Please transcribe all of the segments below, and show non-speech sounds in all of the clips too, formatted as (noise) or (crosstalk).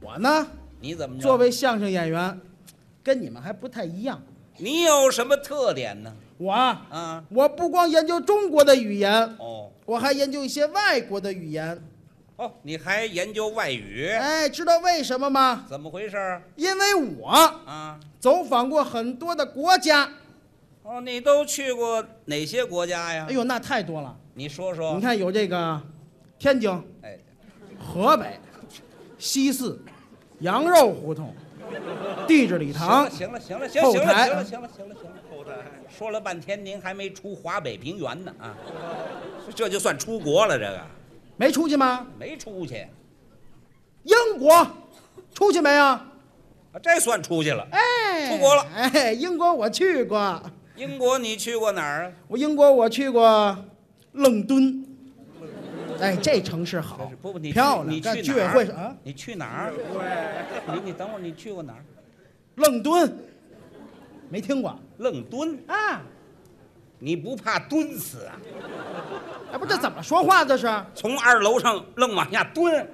我呢，你怎么着作为相声演员，跟你们还不太一样。你有什么特点呢？我啊啊，我不光研究中国的语言，哦我还研究一些外国的语言。哦，你还研究外语，哎，知道为什么吗？怎么回事儿因为我啊？走访过很多的国家，哦，你都去过哪些国家呀？哎，呦，那太多了。你说说。你，看有这个天津、哎，河北、西四、羊肉胡同、地质礼堂。行了行了行后了行了台行了行了行了行了行了，后台说了半天，您还没出华北平原呢啊？哎这就算出国了，这个没出去吗？没出去，英国，出去没有？啊这算出去了。哎，出国了哎，英国我去过，英国你去过哪儿啊？我英国我去过愣敦。哎，这城市好，不不，你去漂你亮。去这居哪委儿会是啊，你去哪儿？你你等会儿，你去过哪儿？愣敦，没听过愣蹲，啊？你不怕蹲死啊？哎，不，这怎么说话这是？从二楼上愣往下蹲，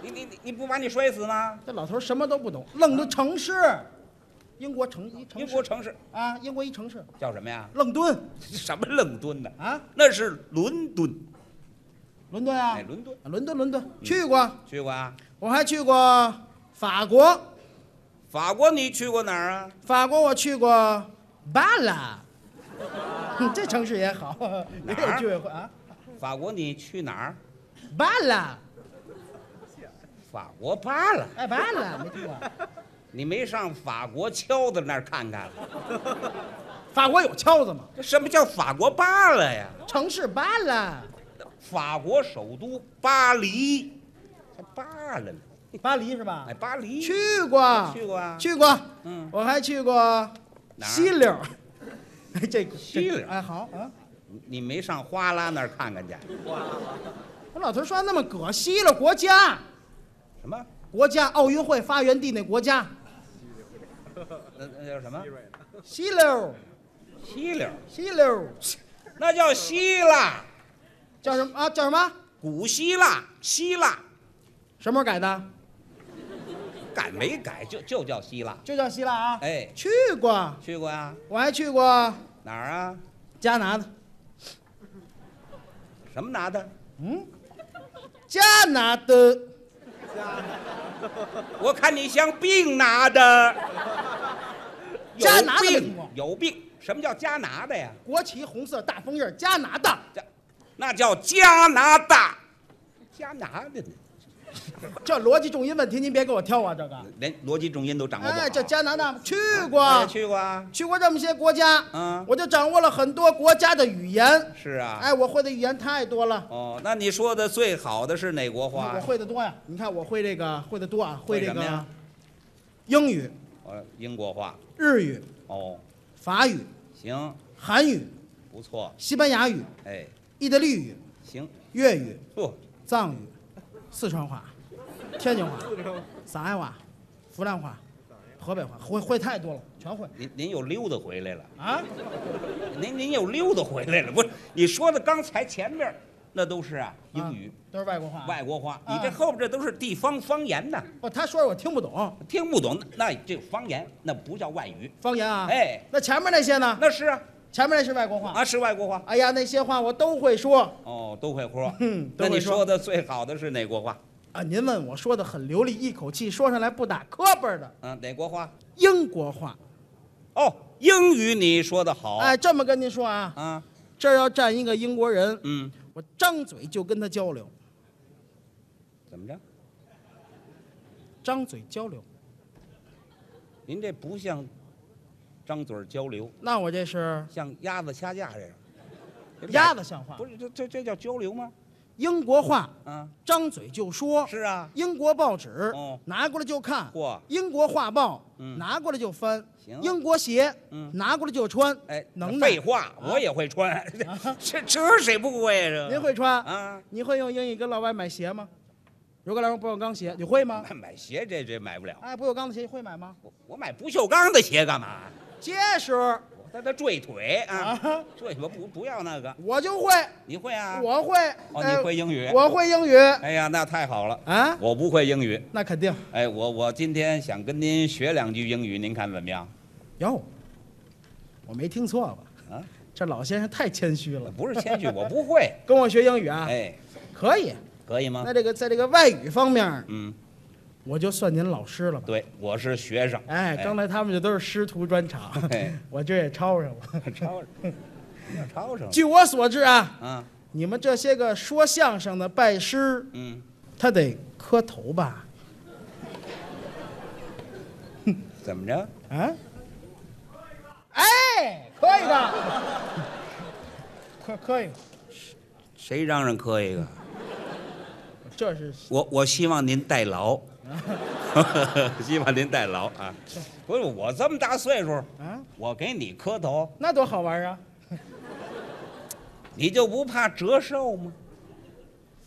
你你你你不把你摔死吗？这老头什么都不懂，愣敦城市，英国城一城市英国城市啊，英国一城市，叫什么呀？ (laughs) 愣敦什么愣蹲的？啊，那是伦敦，伦敦啊哎，，伦嗯敦伦敦伦敦去过，去过啊？我还去过法国，法国你去过哪儿啊？法国我去过巴 (laughs) 拉，哼这城市也好，也哪儿有居委会啊。法国你去哪儿？巴拉，法国罢了，哎，巴拉没听过。你没上法国敲子那儿看看？法国有敲子吗？这什么叫法国罢了呀？城市巴拉，法国首都巴黎，还罢了呢？巴黎是吧哎，？巴黎去过，去过啊？去过，嗯，我还去过哪儿西柳儿。 (laughs) 哎，这个西柳儿这个哎，好啊。你没上花拉那儿看看去？我老头说那么葛西了国家，什么？国家奥运会发源地那国家，那那叫什么？西柳儿，西柳，西柳儿那叫希腊，叫什么啊？叫什么？古希腊，希腊什么时候改的？改没改就就叫希腊。就叫希腊啊。哎，去过，去过啊？我还去过哪儿啊？加拿大。什么拿的？嗯，加拿大，我看你像病拿的。有加拿的没听病过有病？什么叫加拿的呀？国旗红色大枫叶，加拿大。这那叫加拿大，加拿的呢，这逻辑重音问题您别给我挑啊，这个。连逻辑重音都掌握不好。哎，这加拿大去我过也，去过啊，去过这么些国家，嗯我就掌握了很多国家的语言。是啊。哎，我会的语言太多了。哦，那你说的最好的是哪国话我呀？会的多呀，你看我会这个会的多啊，会这会什么个呀英语、哦，英国话。日语、哦，法语、行，韩语、不错。西班牙语、哎，意大利语、行，粤语、不，藏语、四川话、天津话、上海话、湖南话、河北话，会会太多了，全会您您又溜达回来了，啊！您您又溜达回来了，不是？你说的刚才前面儿那都是啊英语、啊都是外国话啊，外国话，啊你这后边这都是地方方言呐，不，哦他说我听不懂听不懂那那这方言那不叫外语，方言啊。，哎，那前面那些呢？那是啊前面那是外国话。啊是外国话，哎呀，那些话我都会说哦都会说。嗯都那你会说说的最好的是哪国话？啊。您问我说的很流利，一口气说上来不打磕巴的嗯，哪国话？英国话。哦，英语你说的好。哎，这么跟您说啊，啊，这儿要站一个英国人，嗯，我张嘴就跟他交流，怎么着？张嘴交流。您这不像张嘴儿交流，那我这是像鸭子掐架这样。这俩鸭子像话吗不是这这这叫交流吗？英国话啊，张嘴就说，是啊，英国报纸、哦拿过来就看，嚯，英国画报、嗯拿过来就翻，行英国鞋、嗯拿过来就穿。哎，能耐啊废话，我也 (laughs) 会穿，这这谁不会呀？这您会穿？啊？你会用英语跟老外买鞋吗？如果来说不锈钢鞋，你会吗？买买鞋这这买不了，哎，不锈钢的鞋你会买吗？我我买不锈钢的鞋干嘛？结实，我他他坠腿啊，啊，坠我不不要那个，我就会，你会啊？我会。哦，哎你会英语？我会英语哎呀，那太好了，啊，我不会英语。那肯定哎，我我今天想跟您学两句英语，您看怎么样？有。我没听错吧？啊，这老先生太谦虚了，不是谦虚，我不会。跟我学英语 (laughs) 啊，哎，可以。可以吗那？这个在这个外语方面，嗯，我就算您老师了吧？对，我是学生。 (laughs) 哎，刚才他们这都是师徒专场，哎， (laughs) 我这也抄上了。超上，你要超上了据我所知啊，啊，你们这些个说相声的拜师，嗯，他得磕头吧？怎么着？啊？哎，磕一个， (laughs) 磕磕一个，谁嚷嚷磕一个？这是我我希望您代劳， (laughs) 希望您代劳啊！不是我这么大岁数，啊，我给你磕头，那多好玩啊！你就不怕折寿吗？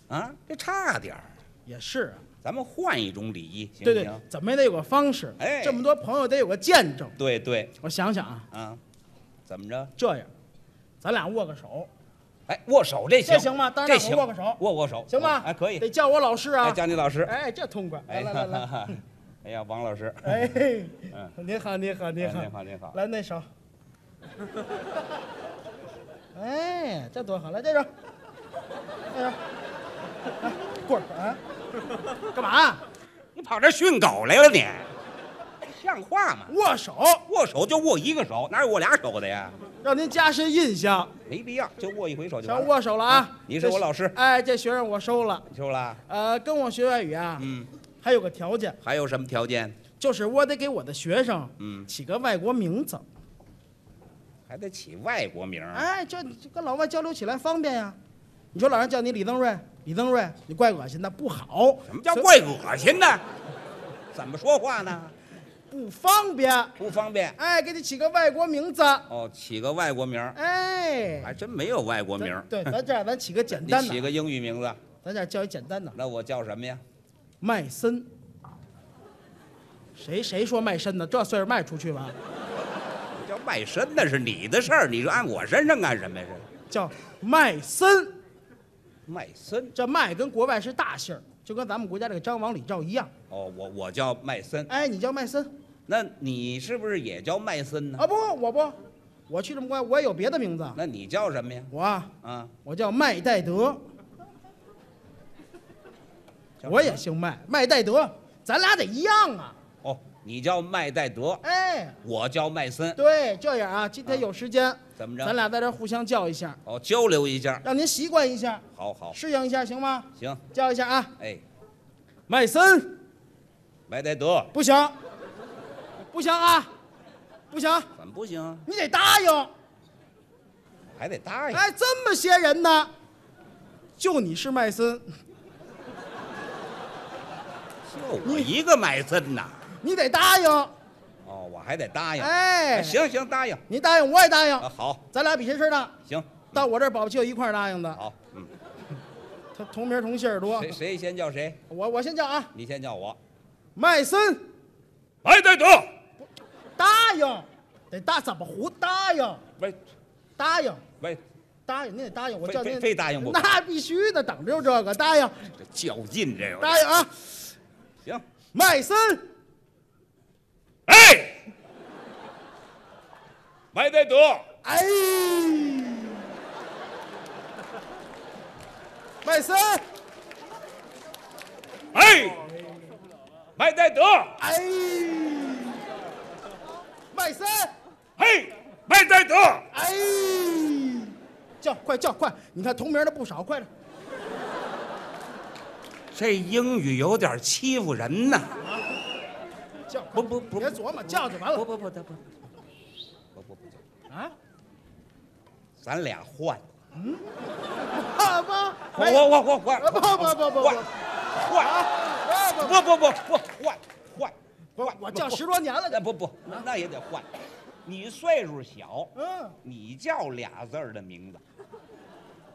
啊，这差点儿，也是啊，咱们换一种礼仪，行不对对行？，怎么也得有个方式。哎这么多朋友得有个见证。对对我想想啊，啊，怎么着？这样，咱俩握个手，哎，握手这行，这行吗当然这我行，握个手握握手，行吧？哎，可以得。叫我老师啊哎，。江你老师，哎，这痛快！来哎来来来，，哎呀，王老师，哎， (laughs) 嗯，您好，您好，您好，哎您好您好来那手。哎，这多好！来这手，这手，来棍儿啊！干嘛？你跑这训狗来了你，像话吗？握手，握手就握一个手，哪有握俩手的呀？让您加深印象。没必要，就握一回手就完行，了。握手了啊！你哎是我老师这哎，这学生我收了。你说了，呃，跟我学外语啊，嗯，还有个条件，还有什么条件？就是我得给我的学生嗯，起个外国名字。还得起外国名儿。哎，这这跟老外交流起来方便呀。你说老人叫你李登瑞，李登瑞，你怪恶心的，不好。什么叫所以怪恶心的？怎么说话呢？不方便？不方便。哎，给你起个外国名字。哦，起个外国名儿，哎，还真没有外国名儿。咱对，咱这样咱起个简 (laughs) 你单起的，个英语名字，咱这儿叫一简单的，那我叫什么呀？卖身。谁谁说卖身呢？这岁数卖出去吧，叫卖身那是你的事儿，你说按我身上干什么呀？这叫卖身。卖身这卖跟国外是大姓儿，就跟咱们国家这个张王李赵一样。哦，我我叫卖身，哎，你叫卖身那你是不是也叫卖身呢？啊？不，我不，我去这么乖，我也有别的名字。那你叫什么呀？我啊啊，我叫麦代德，叫我什也么姓麦，麦代德，咱俩得一样啊。哦，你叫麦代德，哎，我叫麦森，对，这样啊，今天啊有时间，怎么着？咱俩在这儿互相叫一下，哦，交流一下，让您习惯一下，好好适应一下，行吗？行，叫一下啊，哎，麦森，麦代德，不行，不行啊，不行，怎么不行啊？你得答应。还得答应。哎，这么些人呢，就你是麦森，就我一个麦森呐。你得答应。哦，我还得答应。哎，，行行，答应你答应我也答啊，应，好，咱俩比谁事儿大。行，到我这儿保不齐有一块儿答应的，好，嗯，他同名同姓儿多谁。谁先叫谁？我我先叫啊，你先叫我。麦森麦代德，答应，得答怎么胡答应？喂答应喂，答应，你得答应，我非叫非您非答应不可那必须的，等着就这个答应这较劲这个。答应啊，行，麦森哎，麦代德，哎，麦森哎，麦代德，哎，麦森嘿，麦代德，哎，叫快叫快，你看同名的不少，快点。这英语有点欺负人呢。叫快不不不别琢磨，叫就完不了不不，不不不不不，啊！咱俩换。好吧，我没我我我换。哎不不不不不换啊换。不不不不不不换换我换，我叫十多年了，那不不那那也得换。你岁数小，嗯，你叫俩字儿的名字；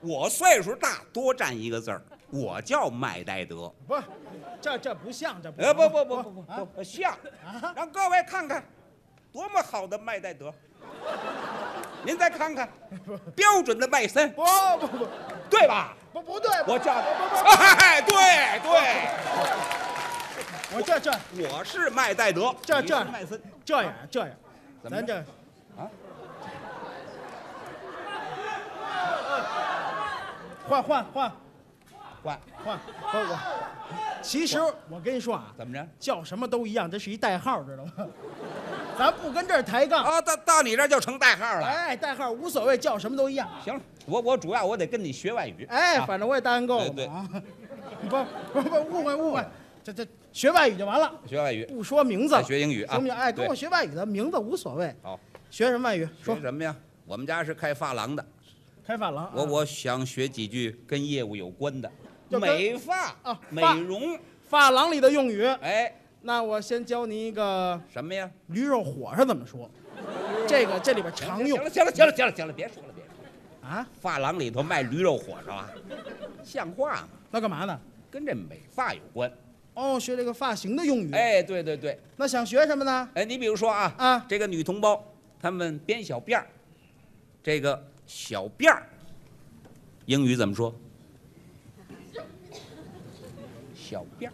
我岁数大，多占一个字儿。我叫麦代德。不，这这不像，哎这不呃，不不不不啊不不像啊，让各位看看，多么好的麦代德！您再看看，标准的外森，不不不对吧？不不对，我叫，不哎，对对，不，我这这我是麦代德，这你这是麦森，这样这样，怎么咱这啊，换换换换换，不我，其实我跟你说啊，怎么着？叫什么都一样，这是一代号，知道吗？咱不跟这儿抬杠，啊，到到你这儿就成代号了。哎，代号无所谓，叫什么都一样。行了，我我主要我得跟你学外语。哎，啊反正我也答应够了对对嘛啊！ (laughs) 不不不，误会误会，这这学外语就完了，学外语，不说名字了，哎学英语啊行不行？哎，跟我对学外语的名字无所谓。好，学什么外语？说学什么呀？我们家是开发廊的，开饭了啊。我我想学几句跟业务有关的，就跟美发啊美发容，发廊里的用语，哎，那我先教你一个什么呀？驴肉火烧怎么说，这个这里边常用行了，行了，行了，行了，行了，别说了，别说了。啊。发廊里头卖驴肉火烧啊，像话吗？那干嘛呢？跟这美发有关。哦，学这个发型的用语。哎，对对对，那想学什么呢？哎，你比如说啊，啊这个女同胞，她们编小辫儿，这个小辫儿，英语怎么说？小辫儿，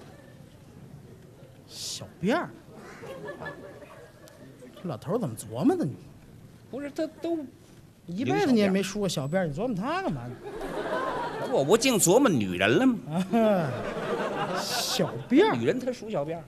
小辫儿。这老头儿怎么琢磨的你？不是，她都一辈子你也没梳过小辫儿，你琢磨他干嘛呢？我我净琢磨女人了吗？啊，小辫儿。女人她属小辫儿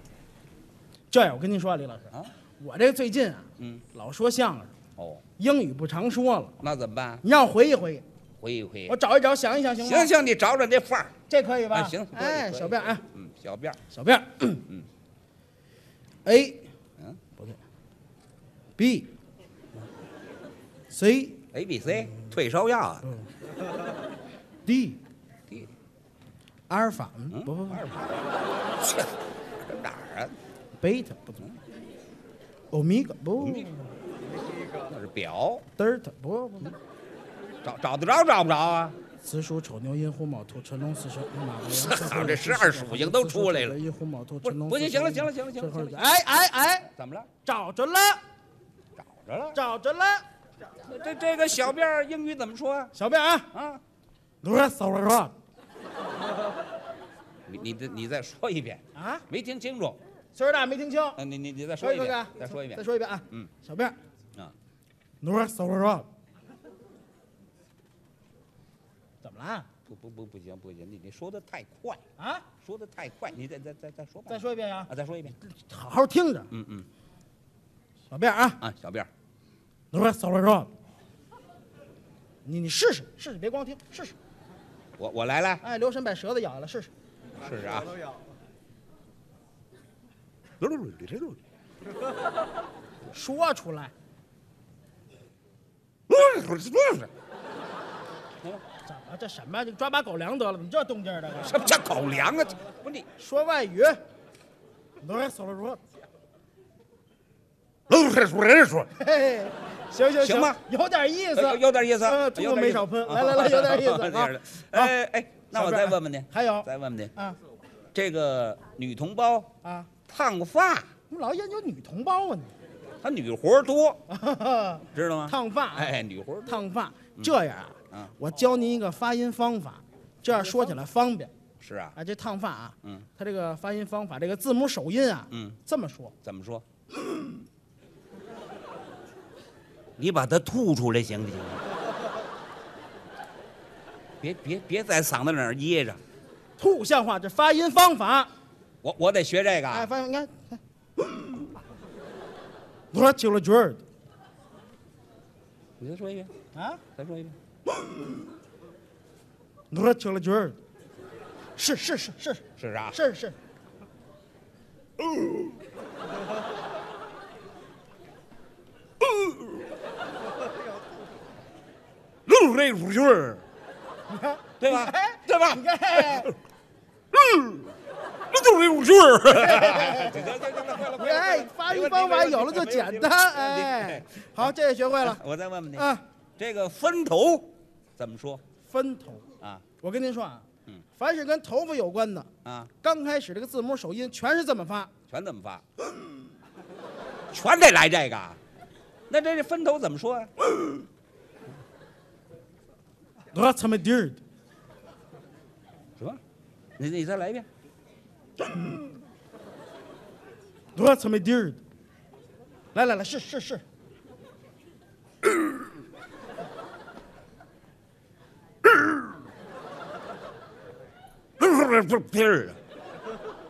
这样，我跟您说啊，李老师，啊，我这最近啊，嗯，老说相声，哦，英语不常说了，那怎么办？你让我回忆回忆，回忆回忆我。找一找，想一想，行吗？行，行，你找找这范儿这可以哎吧？啊，行，可以哎，可以小辫儿啊，嗯，小辫儿，小辫儿，嗯，A，嗯不对，B，C， ，A B C，退烧药啊， D， D 阿尔法，嗯嗯不不不，二百切这哪儿啊？贝塔不对，欧米伽不那是表，德尔塔不不不，找找得着找不着啊？子鼠丑牛寅虎卯兔辰龙巳蛇午 (laughs) 马未这好这十二属性都出来了寅虎卯兔不辰是龙。不行行了行了行了行最了后一行个了哎哎哎，怎么了？找着了，找着了。找着了，这这个小辫儿英语怎么说啊？小辫啊，啊，罗拉骚了说你你再你再说一遍，啊，没听清楚。岁数大没听清，嗯，你你你再说说一遍啊，再说一遍再。说一遍啊，嗯，小辫啊，罗拉骚了说，怎么了不不不不行不行，你你说的太快，啊？说的太快，你再再再再说吧。再说一遍啊，啊，再说一遍。好好听着，嗯嗯小辫啊。啊，小辫儿，罗拉骚了说：“你你试试试试，别光听，试试。我我来来，哎，留神把舌头咬下来，试试。试试啊。说出来，怎么这什么呀？就抓把狗粮得了？怎么这动静儿？这个什么叫狗粮啊？不是你，说外语。”罗拉骚了说嘿嘿：“哎行行行吧有点意思有，有点意思，呃中国没少喷来来来有点意思啊哎哎，那我小辫再 (laughs) 儿问问您，还有再问问您，啊这个女同胞啊，烫个发，你老研究女同胞啊你 (laughs) 她女活儿多，？知道吗？烫发，哎，女活儿多，烫发。这样嗯啊，我教您一个发音方法，这样说起来方便。是啊，啊，这烫发啊，嗯，它这个发音方法，这个字母首音啊，嗯，这么说，怎么说？ (coughs) 你把它吐出来行不行？别别别在嗓子那儿噎着，吐像话，这发音方啊法，我我得学这个哎，啊，发现你看，看 (gasps) 我揪了角儿你再说一遍，啊，再说一遍，我揪了角儿，是是是是试试啊，是是，露这乳晕儿，你看，对吧哎？对吧？你看，哎那就是这股劲 (laughs) 儿。行行行，快了你看， (laughs) 哎，发音方法有了就简单，哎， (laughs) 好，这也学会了哎我再问问您，啊，这个分头怎么说分头，啊？我跟您说啊嗯，凡是跟头发有关的，啊，刚开始这个字母首音全是这么发，全怎么发？全得来这个啊。那这这分头怎么说呀、我他妈地儿的，什么？你你再来一遍。我他妈地儿的。来来来，是是是，不是不是不是，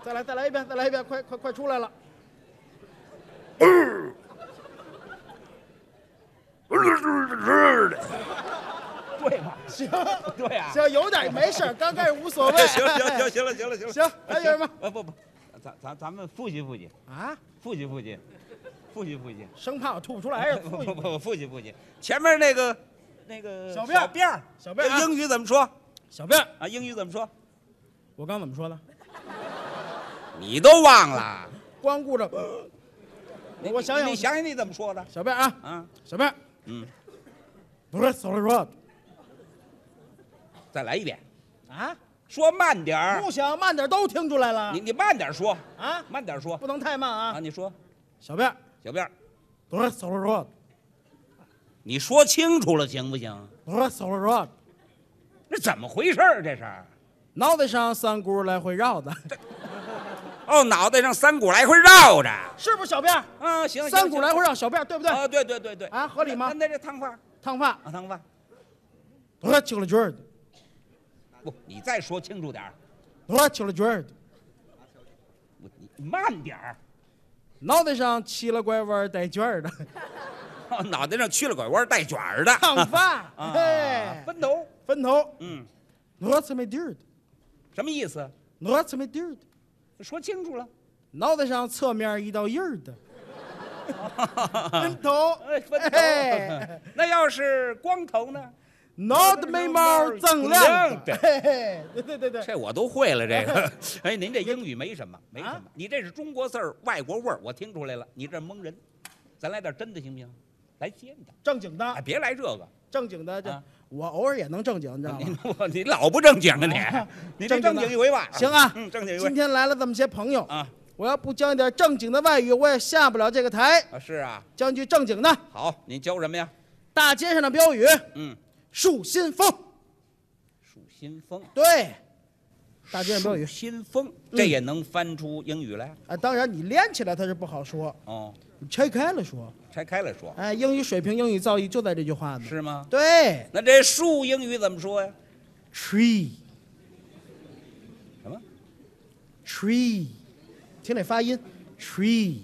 再来再来一遍，再来一遍，快快快出来了。对吧？行对呀、行，有点没事儿，刚开始无所谓。 (laughs) 行行行行了行了行了行还有什么？啊不不，咱咱咱们复习复习啊，复习复习，复习复习。生怕我吐不出来呀。不富裕不 (laughs) 不，复习复习。前面那个那个小辫儿辫儿小辫儿啊英语怎么说小辫儿，啊？英语怎么说？我刚怎么说的？你都忘了？光顾着你我想想你想想你怎么说的小辫儿啊，啊？小辫儿，嗯，不是手说再来一遍，啊，说慢点儿不。行，慢点都听出来了你你慢点儿说，啊，慢点儿说不能太慢啊！啊。你说，小辫儿，小辫儿，不是手说你说清楚了行不行？不是手说这怎么回事儿？这是？脑袋上三轱辘来回绕的，哦，脑袋上三股来回绕着。是不是小辫儿？啊，行，(laughs) 行三股行来回绕小辫儿，对不对？啊，对对对对啊合理吗那那这烫发烫发，啊，烫发，不是揪了卷儿的，不，你再说清楚点儿，不是揪了卷儿的，我你你慢点儿。脑袋上七了拐弯儿带卷儿的，哦脑袋上曲了拐弯带卷儿的，烫发，啊， (laughs) 嘿，分头，分头，嗯，我他妈地儿的，什么意思？我他妈地儿的，说清楚了。脑袋上侧面一道印儿 (laughs) 的，分头哎，分哎头。 (laughs) 那要是光头呢？脑袋眉毛锃亮的，嘿嘿，对对对对， (laughs) 这我都会了，这个。 (laughs) 哎，您这英语没什么，没什么啊，你这是中国字儿，外国味儿，我听出来了，你这蒙人。咱来点真的行不行？来尖的，正经哎，的，别来这个，正经的，这啊我偶尔也能正经，你知道吗？ (laughs) 你我你老不正经啊啊你，你这正正经的经一回吧？行啊嗯，正经一今回天来了这么些朋友，啊我要不教你点正经的外语，我也下不了这个台。啊是啊，将句正经的，好，您教什么呀？大街上的标语：嗯，树新风。数新风。对，大街上标语数。新风，嗯这也能翻出英语来啊，当然你连起来它是不好说，哦。你拆开了说。拆开了说，哎，英语水平、英语造诣就在这句话呢。是吗？对那这树英语怎么说呀？ ，tree 什么 tree，听这发音，tree，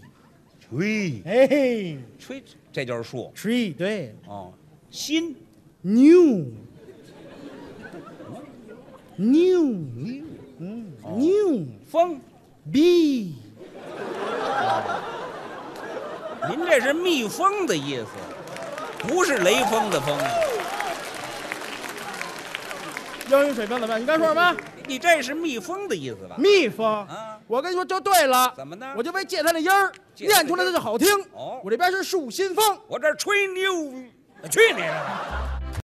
？tree 哎嘿 tree，这就是树，tree，对哦。新，new。new 嗯，new 风， bee 您这是蜜蜂的意思，不是雷锋的风。啊英语水平怎么样？你刚说什么？你这是蜜蜂的意思吧？蜜蜂啊我跟你说就对了。怎么呢我就为借它的音儿，借它的念出来它就好听。哦我这边是树新风，我这吹牛，去你的吧！